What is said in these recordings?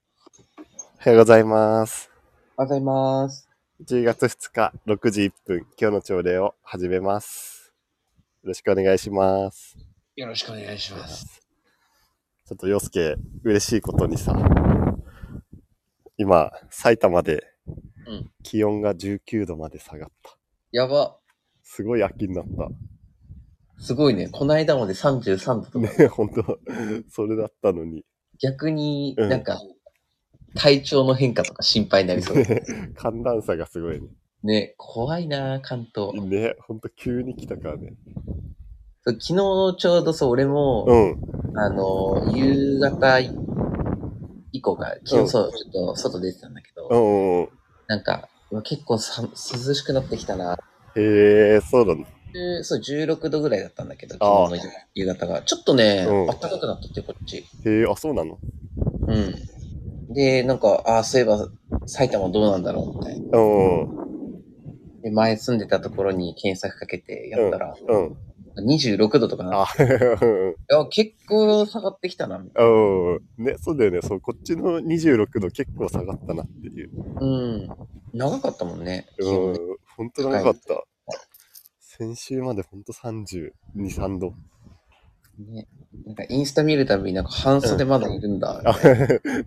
おはようございます。おはようございます。 10月2日6時1分、今日の朝礼を始めます。よろしくお願いします。よろしくお願いします。ちょっと陽介、嬉しいことにさ、今、埼玉でうん気温が19度まで下がった。やば。すごい秋になった。 すごいね。この間まで33度とか、ね、本当それだったのに、逆にうんなんか、体調の変化とか心配になりそう。寒暖差がすごいね。 ね、怖いなあ関東。ね、ほんと急に来たからね。そう昨日ちょうどそう、俺うも、ん、あの、夕方以降か、昨うん日そう、ちょっと外出てたんだけど、うんうんうん。なんか、うわ結構さ涼しくなってきたな。へえ、そうだね。でそう、16度ぐらいだったんだけど、ああ昨日の夕方が。ちょっとね、うん暖かくなったって、こっち。へえ、あ、そうなのうん。で、なんか、ああ、そういえば埼玉どうなんだろうみたいな。うんうん、で、前住んでたところに検索かけてやったら、うん。 26度とかなっあ、 うんて、あ結構下がってきたな、みたいうん。ね、そうだよね。そう、こっちの26度結構下がったなっていう。な。うん。長かったもんね。う気温ねん。ほんと長かった。先週までほんと32、3度。ねなんか、インスタ見るたびになんか半袖まだいるんだ。あ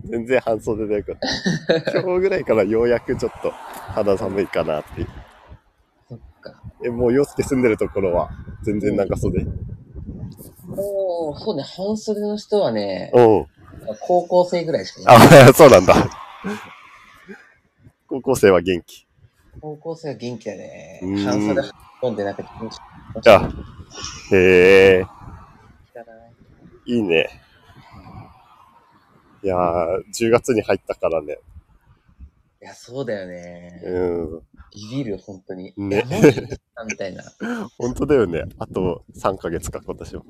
全然半袖でよかった。 今日ぐらいからようやくちょっと肌寒いかなっていう。そっか。え、もう洋介住んでるところは全然長袖。うん。もう、そうね、半袖の人はね、高校生ぐらいしかいない。あ、 そうなんだ。高校生は元気。高校生は元気だねうん。半袖履き込んでなんか気持ちいいあ、へえ。かな。いいね。いやー、10月に入ったからね。いや、そうだよね。うん。ビビる、本当に。ねいやもういいなみたいな。本当だよね。あと3ヶ月か、今年も。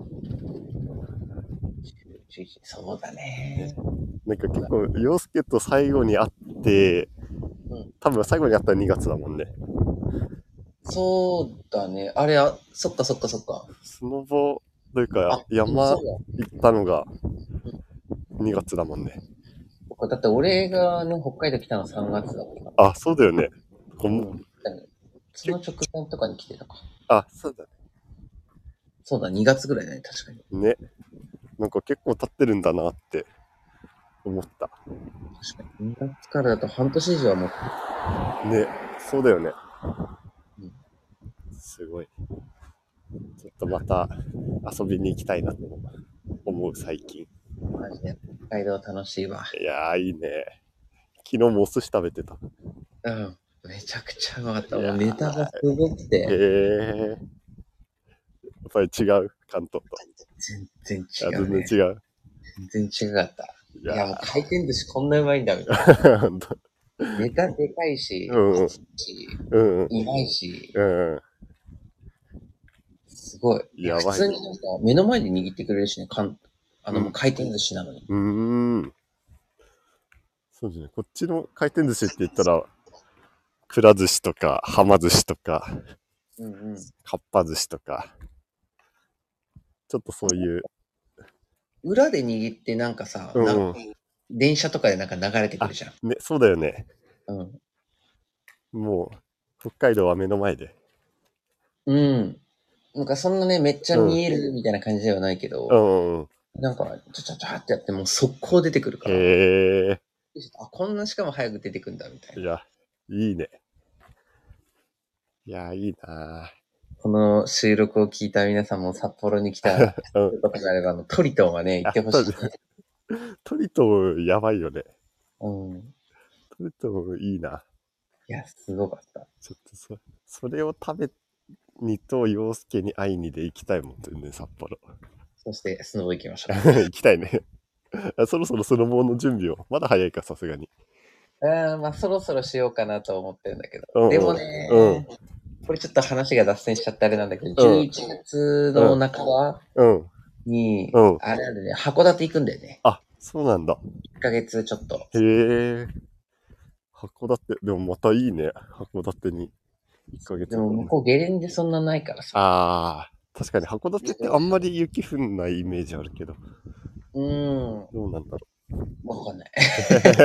そうだね。なんか結構、洋介と最後に会ってうん、多分最後に会ったの2月だもんね。そうだね。あれ、あそっかそっかそっか。スノボというあか、山そ行うだったのが2月だもんね。そっかだって俺がね、北海道来たの3月だもんな。あ、そうだよね。こんその直前とかに来てたか。あ、そうだそうだ、2月ぐらいだね、確かに。ね。なんか結構経ってるんだなって思った。確かに。2月からだと半年以上はもう、ね、そうだよねうん。すごい。ちょっとまた遊びに行きたいなと思う、最近。マジで北海道楽しいわ。いやー、いいね。昨日もお寿司食べてた。うん。めちゃくちゃうまかった。いやもーうネタがすごくへて、ー。やっぱり違う、関東全と。然あ違う、ね全。然違う。全然違かった。いいや、もうや回転寿司こんなうまいんだ、みたいな。 ー、ほんとネタでかいし、うんうん熱いし、うんうん。うまいし、うんうん。すごい。やばい普通になんか目の前で握ってくれるしね、かんあの、うんもう回転寿司なのに。うーん。そうですね。こっちの回転寿司って言ったら、くら寿司とか、はま寿司とか、うんうん。かっぱ寿司とか、ちょっとそういう、裏で握ってなんかさ、うんうんなんか電車とかでなんか流れてくるじゃん。ね、そうだよね。うん。もう、北海道は目の前で。うん。なんかそんなね、めっちゃ見えるみたいな感じではないけど、うんうん。なんか、ちょちょちょってやって、もう速攻出てくるから、へえ、あ、こんなしかも早く出てくんだ、みたいいな。や、いいね。いや、いいなこの収録を聞いた皆さんも札幌に来たぁ。 うん。ことがあれば、あのトリトンはね、行ってほしいね。トリトン、やばいよね。うん。トリトン、いいな。いや、すごかった。ちょっとそ、それを食べにと、洋介に会いにで行きたいもんね、札幌。 そして、スノボ行きましょ行きたいね。あそろそろスノボーの準備を。まだ早いか、さすがに。う。うん、まあ、そろそろしようかなと思ってるんだけど。うんうんでもね、うんこれちょっと話が脱線しちゃってあれなんだけど、うん11月の半ばうん。に、うんあれあれね、函館行くんだよね。あ、そうなんだ。 1ヶ月ちょっと。へえ。函館、でもまたいいね。函館に。1ヶ月でも、向こうゲレンデそんなないからさ。ああ、確かに函館ってあんまり雪降んないイメージあるけど、うん。どうなんだろわかんない。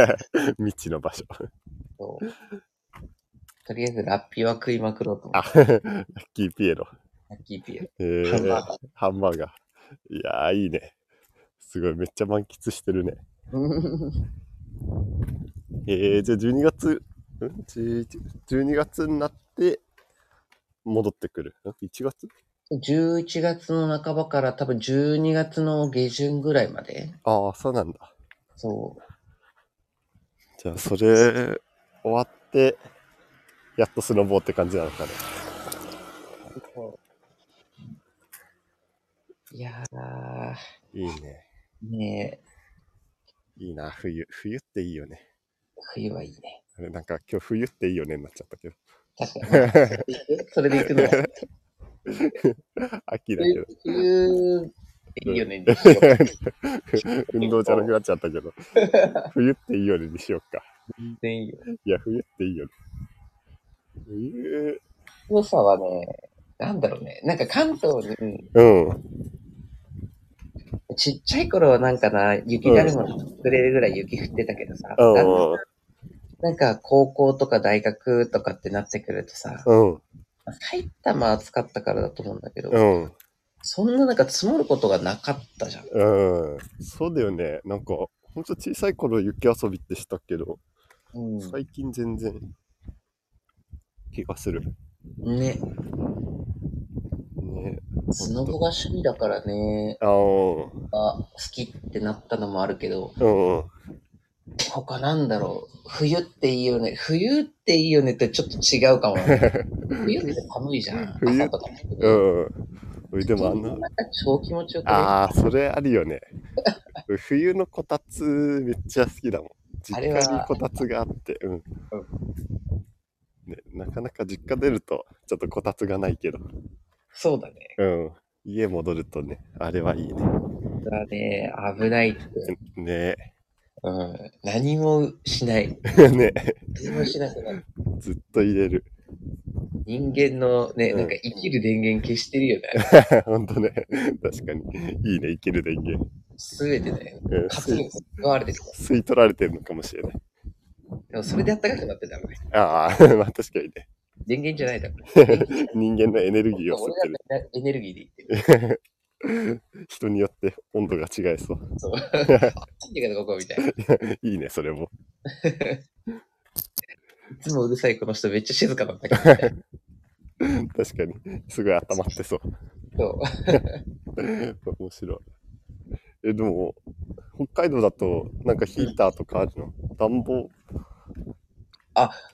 未知の場所。そうとりあえずラッピーは食いまくろうと思あ、って。ラッキーピエロ。ラッキーピエロ。えーハンバーガハンバーガー。いやー、いいね。すごい、めっちゃ満喫してるね。うんえー、じゃあ12月、ん ?11 12月になって、戻ってくる。ん ?1 月11月の半ばから多分12月の下旬ぐらいまで。ああ、そうなんだ。そう。じゃあ、それ、終わって、やっとスノボーって感じなのかね。いやー、いいね。ねえ、いいな、冬。冬っていいよね。冬はいいね。あれ、なんか今日冬っていいよねになっちゃったけど。確かに。 それで行くのが。秋だけ冬ど。冬いいよね。運動じゃなくなっちゃったけど。冬っていいよねにしようか。全然いいよ。いや、冬っていいよね。冬、良さはね、なんだろうね。なんか関東に、うん。ちっちゃい頃はなんかな、雪だるま作れるぐらい雪降ってたけどさ、だんだんうん。なんか高校とか大学とかってなってくるとさ、うん。埼玉暑かったからだと思うんだけど、うん。そんななんか積もることがなかったじゃん。うん。そうだよね。なんか、ほんと小さい頃雪遊びってしたけど、う最近全然気がする。ん、ね、ね。スノボが趣味だからね、あーあ好きってなったのもあるけど、うん。他なんだろう、冬っていいよね。冬っていいよねってちょっと違うかもね。 冬って寒いじゃん。冬朝とかね。うん。でもあの、なんか超気持ちよくねあああ、それあるよね。冬のこたつめっちゃ好きだもん。実あ家れにはこたつがあって、うん。ね、なかなか実家出ると、ちょっとこたつがないけど、そうだね。うん。家戻るとね、あれはいいね。だからね、危ないって。ね うん。何もしない。え。ねえ。何もしなくなる。ずっと入れる。 人間のね、うんなんか生きる電源消してるよね。ほんとね。確かに。いいね、いける電源。すべてだよ。うん活吸い力奪われてるか吸い取られてるのかもしれない。ら。でもそれで暖かくなってんだもんね。ああ、 まあ確かにね。電源じゃないだろ。人間のエネルギーを吸俺ってる。だってエネルギーで言ってる。 人によって温度が違いそう。 そう。 なんでかここみたいな。いいいね、それも。 つもうるさいこの人めっちゃ静かなんだけどみたいな。確かに。すごい頭ってそう。 そう。面白い。え、でも、北海道だと、なんかヒーターとかあるの暖房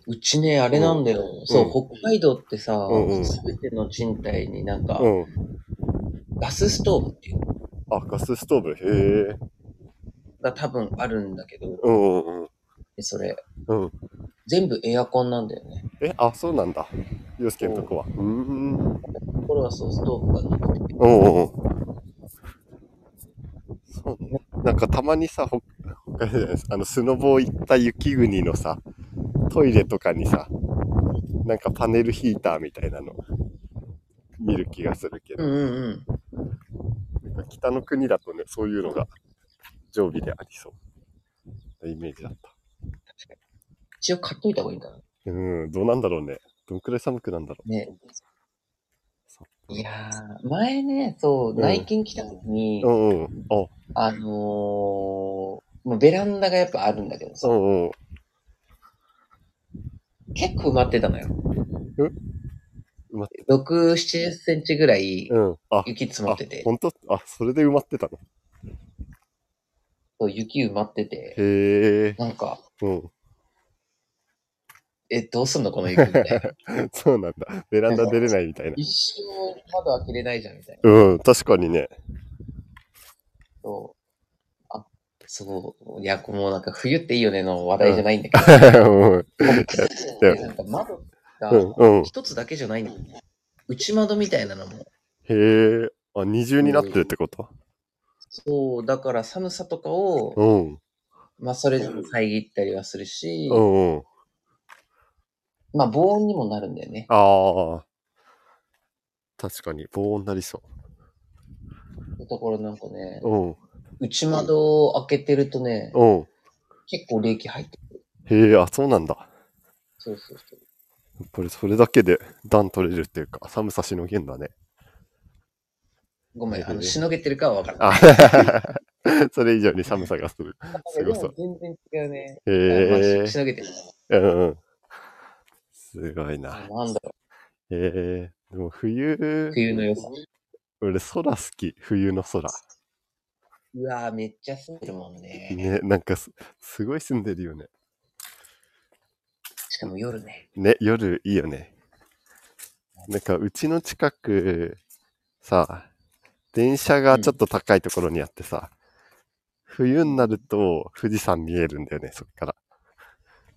うちね、あれなんだよ。そう、北海道ってさうんう、んすべ、ての人体になんか、うん。ガスストーブっていうあ、ガスストーブ。へえ。のが多分あるんだけど、うんうんでそれ、うん。うん。全部エアコンなんだよね。え、あ、そうなんだ。洋介のとこは。うーん。うんところはそう、ストーブがなくて。うんうん。そうね。なんかたまにさ、ほ 北海道じゃないあの、スノボー行った雪国のさ、トイレとかにさ、なんかパネルヒーターみたいなの、見る気がするけどうん。うん北の国だとね、そういうのが常備でありそうなイメージだった。一応買っといた方がいいんだな。うん、どうなんだろうね。どんくらい寒くなんだろね。そいやー、前ね、そう、ん内見来た時に、う。うんうん。あ、あのー、もうベランダがやっぱあるんだけどうさ、んうん。結構埋まってたのよ。埋まっ6、70センチぐらいうん。あ、雪積もっててあ、、本当あ、それで埋まってたの。そう雪埋まってて、へえ。なんか、うん。え、どうすんのこの雪みたい な。そうなんだ。ベランダ出れないみたいな。一生窓開けれないじゃんみたいな。うん、確かにね。 そう。あ、そ う。いや、もうなんか冬っていいよねの話題じゃないんだけうんど。でなんか窓うんうんが一つだけじゃないんだよね。内窓みたいなのも。へえ。あ、二重になってるってことそう、だから寒さとかを、うん。まあそれでも遮ったりはするしう、んうん。まあ防音にもなるんだよね。ああ。確かに、防音になりそってところなんかね、う。うん。内窓を開けてるとね、うん。結構冷気入ってくる。へえ、あ、そうなんだ。そうそうそう。やっぱりそれだけで暖取れるっていうか、寒さしのげんだね。ごめん、あへの、えしのげてるかはわからない。あ それ以上に寒さがする。すごそう。全然違うね。へまえあししのげてる。うんうん。すごいな。なんだろへえでも冬う、、冬の良さ。俺空好き。冬の空。うわぁ、めっちゃ住んでるもんね。ね、なんかす すごい住んでるよね。しかも夜ね。ね、夜いいよね。なんか、うちの近く、さ、電車がちょっと高いところにあってさ、冬になると富士山見えるんだよね、そっから。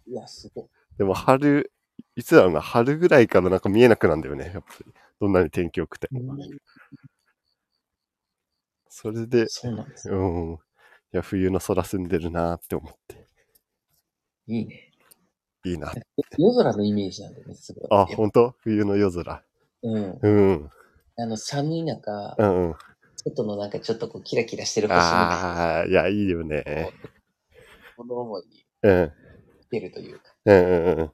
うわ、すごい。でも春、いつだろうな、春ぐらいからなんか見えなくなんだよね、やっぱり。どんなに天気良くても。それで、そうなんです。うん。いや、冬の空住んでるなーって思って。いいね。いいな。夜空のイメージなんだよね、すごい。あ、ほんと冬の夜空。うん。うん。あの、寒い中う、んうん。外のなんかちょっとこう、キラキラしてる星みたいなああ、いや、いいよね。物思いにうん。出るというか。うんうんうん。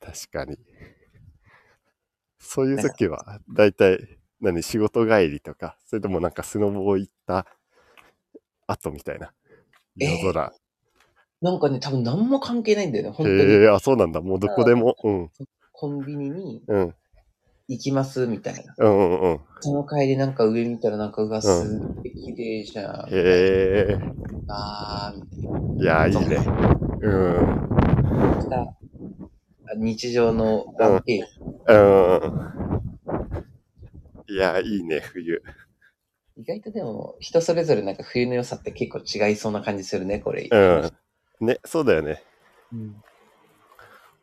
確かに。そういう時は、だいたい、何、仕事帰りとか、それともなんかスノボを行った後みたいな。えー夜空。なんかね、多分何も関係ないんだよね、本当へに。え、あ、そうなんだ。もうどこでも。うん。コンビニにうん。行きます、みたいな。うんうんうん。その帰りなんか上見たらなんか、うわ、すっげえ綺麗じゃへん。え。あー、みたいいや、いいね。うん。な。あ日常の関係、うん。いや、いいね、冬。意外とでも、人それぞれなんか冬の良さって結構違いそうな感じするね、これ。うん。ね、そうだよね。うん。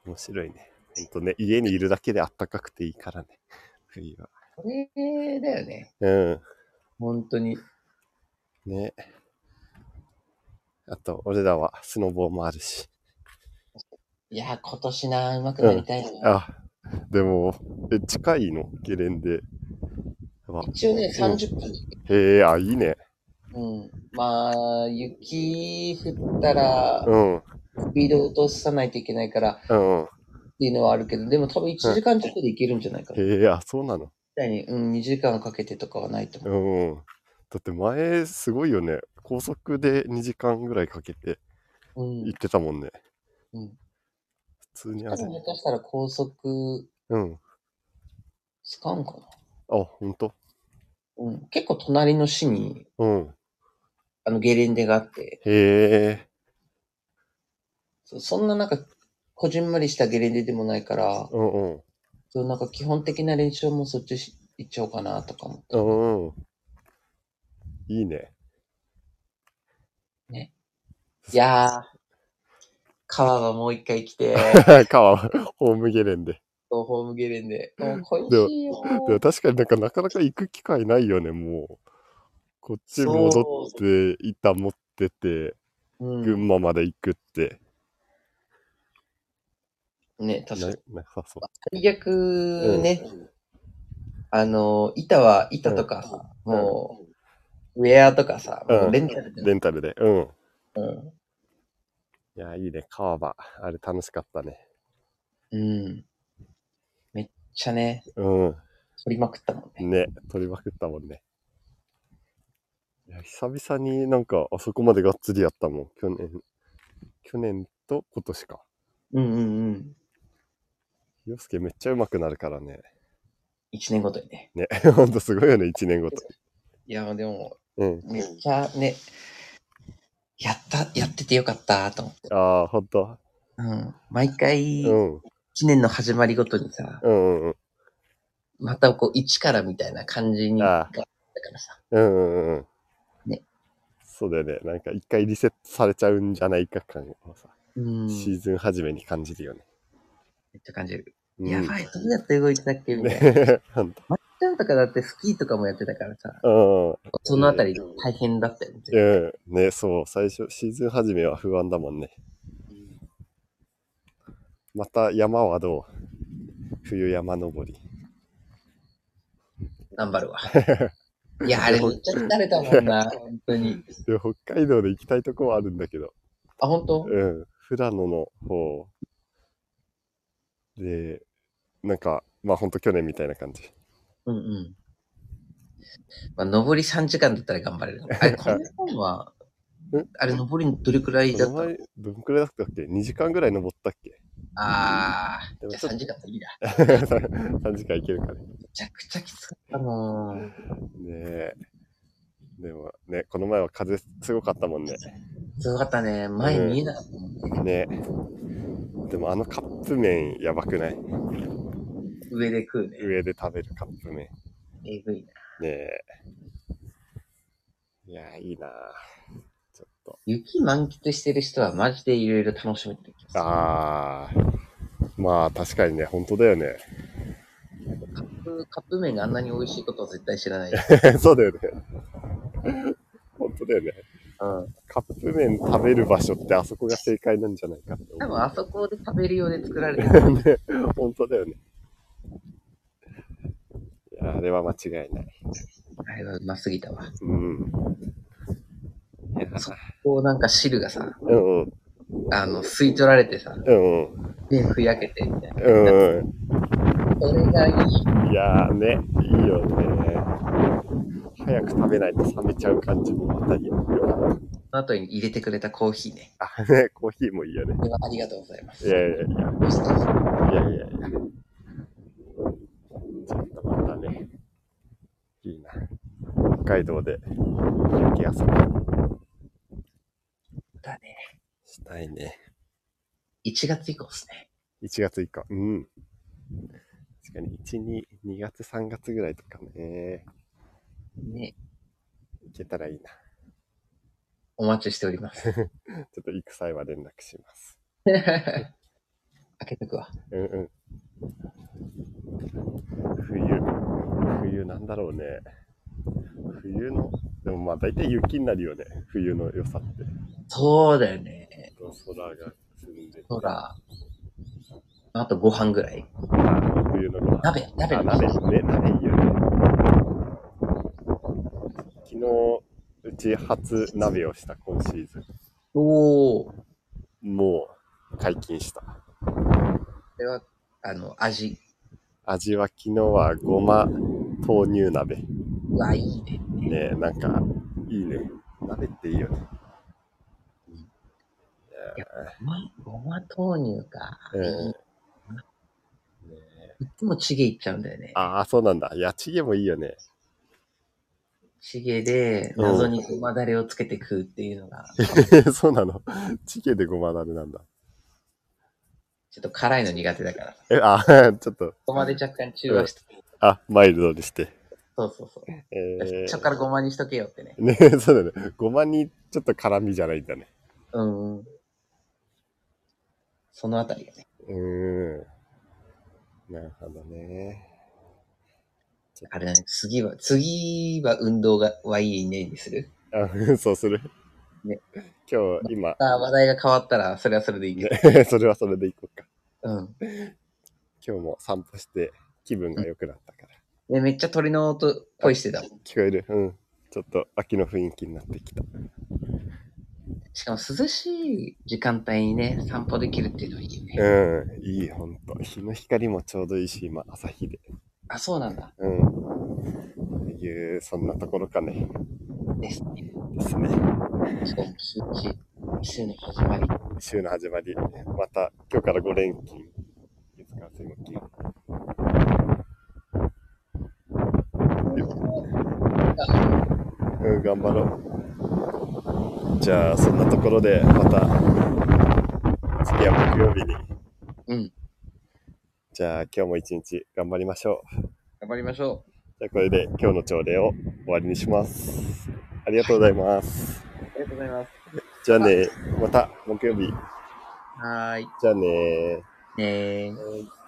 面白いね。ほんとね、家にいるだけであったかくていいからね。冬は。これだよね。うん。本当に。ね。あと、俺らはスノボーもあるし。いやー、今年な、うまくなりたいな。あ、でも、え、近いのゲレンデ。は一応ね、30分。へえ、あ、いいね。うん。まあ、雪降ったら、うん。うんスピード落とさないといけないから、っうん。ていうのはあるけど、でも多分1時間ちょっとでいけるんじゃないかな。みへえ、あ、そうなの。たいに、うん、2時間かけてとかはないと思う。うん。だって前、すごいよね。高速で2時間ぐらいかけてうん行っ。てたもんね。うん。普通にあ多る分ね。下手したら高速うん。あ、使うんかな。ほんと。うん。結構隣の市に、うん。あの、ゲレンデがあって、へえ。そそんななんか、こじんまりしたゲレンデでもないから、うんうん。そうなんか基本的な練習もそっちし行っちゃおうかなとかも。うん。いいね。 ね。いやー、川はもう一回 来て、川、ホームゲレンデ。ホームゲレンデ。もう恋しいよでも確かになんかなかなか行く機会ないよね、もう。こっち戻って、板持ってて、うん。群馬まで行くって。ね、確かに。ななさそう。最悪ね、あの、板は、板とかさ、うんもう、ウェアとかさ、うんもうレンタルで、レンタルで。うん。うん。いや、いいね。川場。あれ楽しかったね。うん。めっちゃね、うん。取りまくったもんね、ね。取りまくったもんね。いや、久々になんかあそこまでがっつりやったもん。去年、去年と今年か。うんうんうん。洋介めっちゃ上手くなるからね。 一年ごとにね。ね、ほんとすごいよね、1年ごと。いや、でも、うん。めっちゃね、やった、やっててよかったと思って。ああ、ほんと。うん。毎回、う一ん。年の始まりごとにさ、うんうんうん。またこう、一からみたいな感じに、ああだからさ、うんうんうん。ね。そうだよね。なんか一回リセットされちゃうんじゃないか感をさ、うん。シーズン初めに感じるよね。めっちゃ感じる。うん、やばい、どうやって動いてたっけみたいな。 ね。ほんと。まっちゃんとかだってスキーとかもやってたからさ、うん。そのあたり大変だったよね。うん。ね、そう。最初、シーズン初めは不安だもんね。また山はどう冬山登り。頑張るわ。いや、あれめっちゃ疲れたもんな、本当に。でも北海道で行きたいとこはあるんだけど、あ、本当うん、富良野の方で、なんか、まあほんと去年みたいな感じ。うんうん。まあ、上り3時間だったら頑張れる。 あれ、この本はうん、あれ、上りにどれくらいだどったの前どんくらいだったっけ ?2 時間ぐらい登ったっけあでもあ、じゃちょあ3時間無理だ。 ?3 時間行けるかね。めちゃくちゃきつかったなぁねえ。でもね、この前は風すごかったもんね。すごかったね。前見えなかったもんね。ねえ。でもあのカップ麺やばくない上で食うね。上で食べるカップ麺。ねえぐいな。え。いや、いいなあちょっと。雪満喫してる人はマジでいろいろ楽しめてきます。ああ。まあ確かにね、本当だよね。 カップ、カップ麺があんなに美味しいことは絶対知らない。 うん。そうだよね。本当だよね。多カップ麺食べる場所ってあそこが正解なんじゃないかって思う。分あそこで食べるようで作られてる。ね、 本当だよね。いや、あれは間違いない。あれはうますぎたわ。うん。い やそこうなんか汁がさ、うんうん。あの、吸い取られてさ、うんで、ふやけてみたいな。うん。うんうそれがいい。ん。いやーね、いいよね。早く食べないと冷めちゃう感じもまたいいよかっその後に入れてくれたコーヒーね。た。あ、ね、コーヒーもいいよね。ではありがとうございます。いやいやいや。美味しかったいやいやいや。ちょっとまたね、いいな。北海道で雪遊びだね。したいね。 1月以降ですね。 1月以降。うん。確かに、1、2、2月、3月ぐらいとかね。ね。行けたらいいな。お待ちしております。ちょっと行く際は連絡します。 開けとくわ。うんうん。冬。冬なんだろうね。冬の、でもまあ大体雪になるよね。冬の良さって。そうだよね。空が澄んでてほら。あとご飯ぐらい。あ冬のご飯。鍋、鍋あ、鍋。ね、鍋いいよね。昨日、うち初鍋をした今シーズおお。こン。もう解禁した。れは、あの、味。味は昨日はごま豆乳鍋。うわ、いいね。ねえ、なんか、いいね。鍋っていいよね。いやごま、ごま豆乳か。ーうんいつもチゲいっちゃうんだよね。ああ、そうなんだ。いや、チゲもいいよね。 チゲで、うん謎にごまだれをつけて食うっていうのが、 ちょそうなの。チゲでごまだれなんだ。っと辛いの苦手だから。え、あ ーちょっと、ごまで若干中和して、あ、マイルドにして。そうそうそう。えちょっー、からごまにしとけよってね。ねえ、そうだね。ごまにちょっと辛みじゃないんだね。うんうん。そのあたりがね。うーん。なるほどね。あれだね。次は、次は運動が、はいいねにする。あ、 そうする。ね今日、今、あ話題が変わったら、それはそれでいいけど。ね、 それはそれでいこうか。う今ん。日も散歩して気分が良くなったから。でめっちゃ鳥の音っぽいしてたもん。聞こえるうん。ちょっと秋の雰囲気になってきた。しかも涼しい時間帯にね、散歩できるっていうのはいいよね。うん。いい、ほんと。日の光もちょうどいいし、今、朝日で。あ、そうなんだ。うん。という、そんなところかね。ですね。ですね。しかも、週週の始まり。週の始まり。また、今日から5連勤。月火水木金。うん、頑張ろう。じゃあ、そんなところで、また、次は木曜日に。うん。じゃあ、今日も一日頑張りましょう。頑張りましょう。じゃあ、これで今日の朝礼を終わりにします。ありがとうございます。ありがとうございます。じゃあね、また木曜日。はーい。じゃあねねー。ー。